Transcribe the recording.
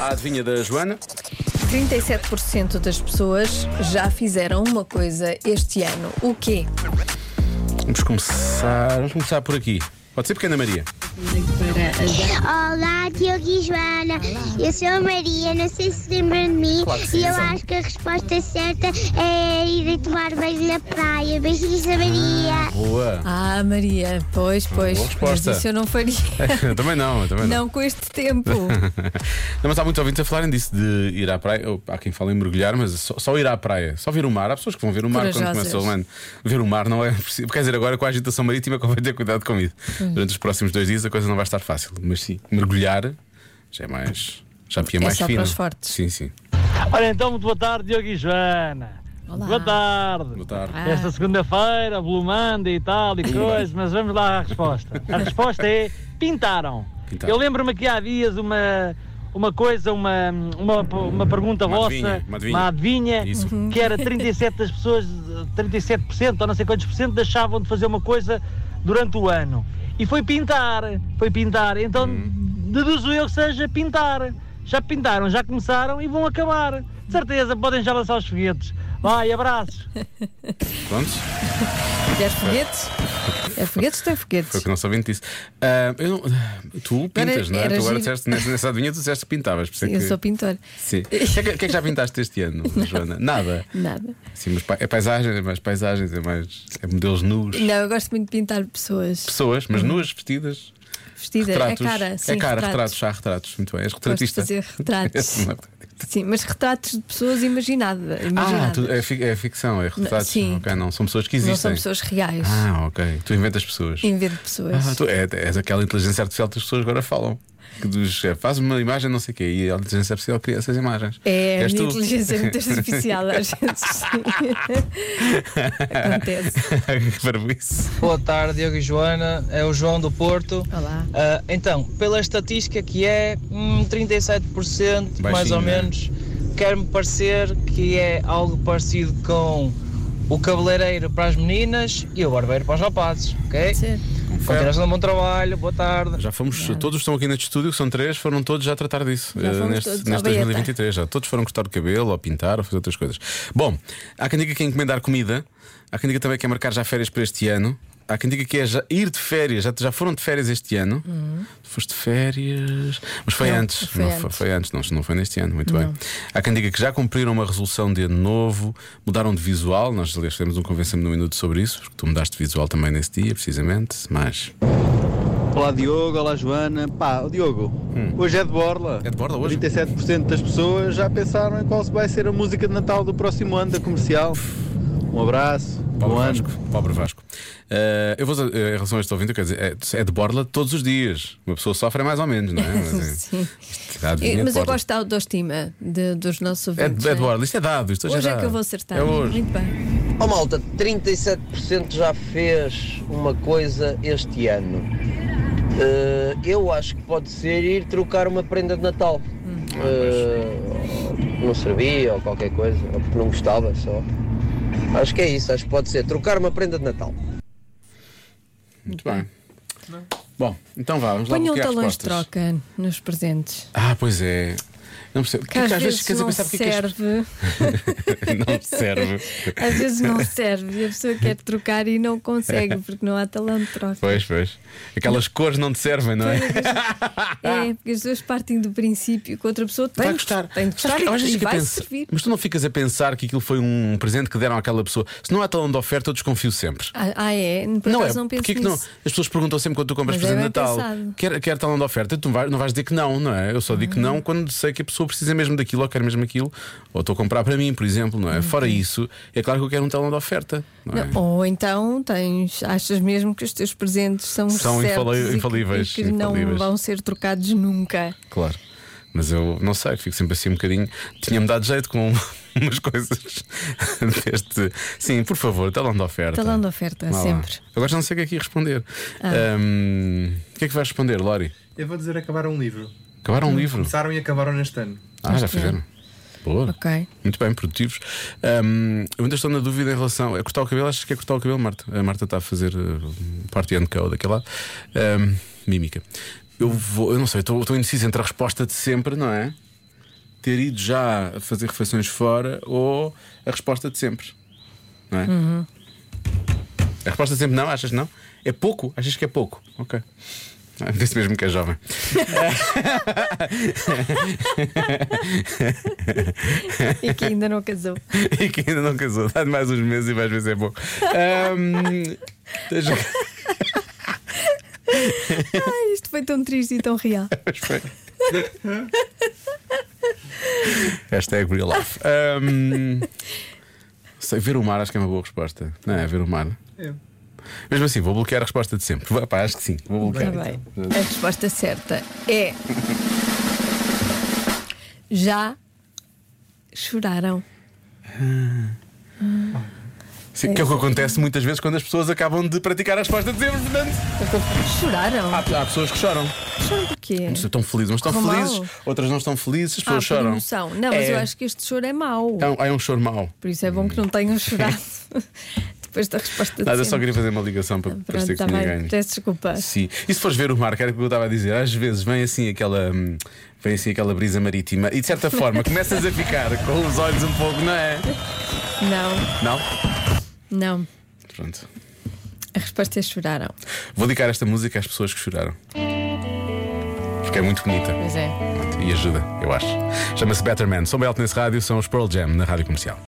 A adivinha da Joana? 37% das pessoas já fizeram uma coisa este ano. O quê? Vamos começar. Vamos começar por aqui. Pode ser Pequena Maria. Olá, Diogo e Joana. Eu sou a Maria, não sei se lembram de mim. Claro que e sim, eu Joana. acho que a resposta certa é ir tomar banho na praia. Beijinhos a Maria. Boa. Ah, Maria, pois, pois. Mas resposta. isso eu não faria. também não, também não. Não com este tempo. Não, mas há muito ouvintes a falarem disso de ir à praia. Ou, Há quem fala em mergulhar, mas só, só ir à praia, só ver o mar. Há pessoas que vão ver o mar quando Corajosas. começa o ano. Ver o mar não é possível. Quer dizer, agora com a agitação marítima, convém ter cuidado com isso. Durante os próximos dois dias a coisa não vai estar fácil. Mas sim, mergulhar já é mais. Já pia É mais só para fina. os fortes. Sim, sim. Ora então, muito boa tarde, Diogo e Joana. Olá. Boa tarde. Boa tarde. Ah. Esta segunda-feira, Blue Monday e tal e coisa, mas vamos lá à resposta. A resposta é pintaram. Pintaram. Eu lembro-me que há dias uma, uma coisa, uma, uma, uma pergunta Uma vossa, adivinha, uma adivinha. uma adivinha, Isso. que era 37 das pessoas, 37% ou não sei quantos por cento deixavam de fazer uma coisa durante o ano. E foi pintar, foi pintar. Então Hum. deduzo eu que seja pintar. Já pintaram, já começaram e vão acabar. De certeza, podem já lançar os foguetes. Vai, abraços. Pronto? Quer foguetes? É foguetes ou Foi tem o foguetes? que o nosso ouvinte disse. Ah, eu não- tu pintas, Era- não é? era Tu agora giro. disseste, nessa, nessa adivinha tu disseste que pintavas. por isso é Eu que- sou pintor. Sim. O que, é que, o que é que já pintaste este ano, Joana? Nada. Nada. Sim, mas pa- é paisagens, é mais paisagens, é mais. É modelos nus. Não, eu gosto muito de pintar pessoas Pessoas, mas nuas, vestidas. vestidas. retratos. Uhum. É cara, sim. é cara, retratos. retratos. Há retratos, muito bem. És Gosto de retratista. fazer retratos. Não é retratista. Sim, mas retratos de pessoas imaginadas. ah, imaginadas. tu- é, fi- é ficção, é retratos. sim. ok, não são pessoas que não existem. são pessoas reais. Ah, ok. Tu inventas pessoas. Invento pessoas. Ah, tu é, és aquela inteligência artificial que as pessoas agora falam. Que diz, é, faz uma imagem, não sei o quê, e a inteligência artificial cria essas imagens. É, a És minha tu. inteligência muito artificial às vezes. sim. Acontece. Para isso. Boa tarde, Diogo e Joana. É o João do Porto. Olá. Ah, então, pela estatística que é hum, 37%, mais Baixinho, ou né? menos, quer-me parecer que é algo parecido com o cabeleireiro para as meninas e o barbeiro para os rapazes, ok? Sim. Continuação de um bom trabalho, boa tarde. Já fomos, todos estão aqui neste estúdio, que são três, foram todos já a tratar disso. Já eh, fomos neste todos neste à baeta. 2023, já. Todos foram cortar o cabelo, ou pintar, ou fazer outras coisas. Bom, há quem diga que é encomendar comida, há quem diga também que é marcar já férias para este ano. Há quem diga que é já ir de férias, já, já foram de férias este ano. Foste de férias. Mas foi Uhum. Não, antes. foi não, antes. Foi, foi antes, não, não foi neste ano, muito bem. Há quem diga que já cumpriram uma resolução de ano novo, mudaram de visual. Nós, aliás, fizemos um convenção no minuto sobre isso, porque tu mudaste de visual também nesse dia, precisamente. Mas. Olá Diogo, olá Joana. Pá, o Diogo, hoje é de borla. Hum. É de borla hoje? 37% das pessoas já pensaram em qual vai ser a música de Natal do próximo ano da comercial. Um abraço, Pobre bom ano. Vasco. Pobre Vasco. Eh, eu vou, dizer, eh, em relação a este ouvinte, eu quero dizer, é, é de borla todos os dias. Uma pessoa sofre mais ou menos, não é? Mas, Sim. Eh, é, dá adivinha de Mas eu borla. gosto da autoestima de- dos nossos É, ouvintes. de- é de não é? borla, isto é dado. Isto hoje Hoje é, é que dado. eu vou acertar. É hoje. Muito bem. Ó malta, 37% já fez uma coisa este ano. Eh, eu acho que pode ser ir trocar uma prenda de Natal. Eh, não servia ou qualquer coisa, ou porque não gostava só. Acho que é isso, acho que pode ser trocar uma prenda de Natal. Muito bem. Bom, então vá, vamos lá Ponham um bloquear talões de respostas. troca nos presentes. Ah, pois é. Não percebo. é Que às vezes quer dizer, não sabe o que é que as- serve. não serve. Às vezes não serve e a pessoa quer trocar e não consegue porque não há talão de troca. Pois, pois. Aquelas cores não te servem, não é? É, porque as pessoas partem do princípio que outra pessoa tem Vai que- gostar. Tem de gostar Sabes que às e, vezes e que vai penso- servir. Mas tu não ficas a pensar que aquilo foi um presente que deram àquela pessoa. Se não há talão de oferta, eu desconfio sempre. Ah, ah, é? Por Não é? acaso não penso Porquê que não? nisso. As pessoas perguntam sempre quando tu compras Mas é presente de bem Natal. pensado. Quer, quer talão de oferta? Tu não vais, não vais dizer que não, não é? Eu só digo que Uhum. não quando sei que a pessoa precisa mesmo daquilo ou quer mesmo aquilo. Ou estou a comprar para mim, por exemplo, não é? Fora isso, é claro que eu quero um talão de oferta. Não é? Uhum. Não, Ou então tens, achas mesmo que os teus presentes são, os São certos infali- e que- infalíveis, e que, não infalíveis. vão ser trocados nunca. Claro. Mas eu não sei, fico sempre assim um bocadinho. Tinha-me dado jeito com umas coisas deste. Sim, por favor, talão de oferta. Talão de oferta, Vá lá. sempre. Ah. Agora já não sei o que é que ia responder. Hum, o que é que vais responder, Lori? Eu vou dizer acabar um livro. Acabaram um livro? Começaram e acabaram neste ano. Ah, já Acho que é. fizeram. Boa. Ok. Muito bem, produtivos. Hum, eu ainda estou na dúvida em relação. É cortar o cabelo? Achas que é cortar o cabelo, Marta? A Marta está a fazer eh, parte and co daquele lado. Hum, mímica. Eu vou, eu não sei, estou estou indeciso entre a resposta de sempre, não é? ter ido já a fazer refeições fora ou a resposta de sempre. Não é? A resposta de sempre não, achas não? É pouco? Achas que é pouco? Ok. Ah, Vê-se mesmo que é jovem. E que ainda não casou. e que ainda não casou. Dá-lhe mais uns meses e vais ver se é pouco. Ahm, deixa- Ai, isto foi tão triste e tão real. Pois foi. Hashtag real life. Um, sei, ver o mar acho que é uma boa resposta. Não é? Ver o mar. É. Mesmo assim, vou bloquear a resposta de sempre. Vá, pá, acho que sim. Vou Tá bloquear. bem. então. A resposta certa é. Já choraram. Sim, que é o que acontece muitas vezes quando as pessoas acabam de praticar a resposta de sempre. Portanto, Choraram? há, há pessoas que choram. Choram porquê? Estão felizes, umas estão Correu mal. felizes, outras não estão felizes, as Ah, pessoas por choram. emoção. Não, mas É. eu acho que este choro é mau. Há um- Há um choro mau. Por isso é bom que não tenham chorado depois da resposta Nada, eu de só sempre. queria fazer uma ligação para para Pronto, parecer que tá tinha bem. ganho. Peço desculpa. Sim. E se fores ver o mar, que era o que eu estava a dizer, às vezes vem assim aquela. hum, Vem assim aquela brisa marítima e de certa forma começas a ficar com os olhos um pouco, não é? Não, Não? não. Pronto. A resposta é choraram. Vou dedicar esta música às pessoas que choraram. Porque é muito bonita Pois é. e ajuda, eu acho. Chama-se Better Man. Sou Belto nesse rádio, são os Pearl Jam na rádio comercial.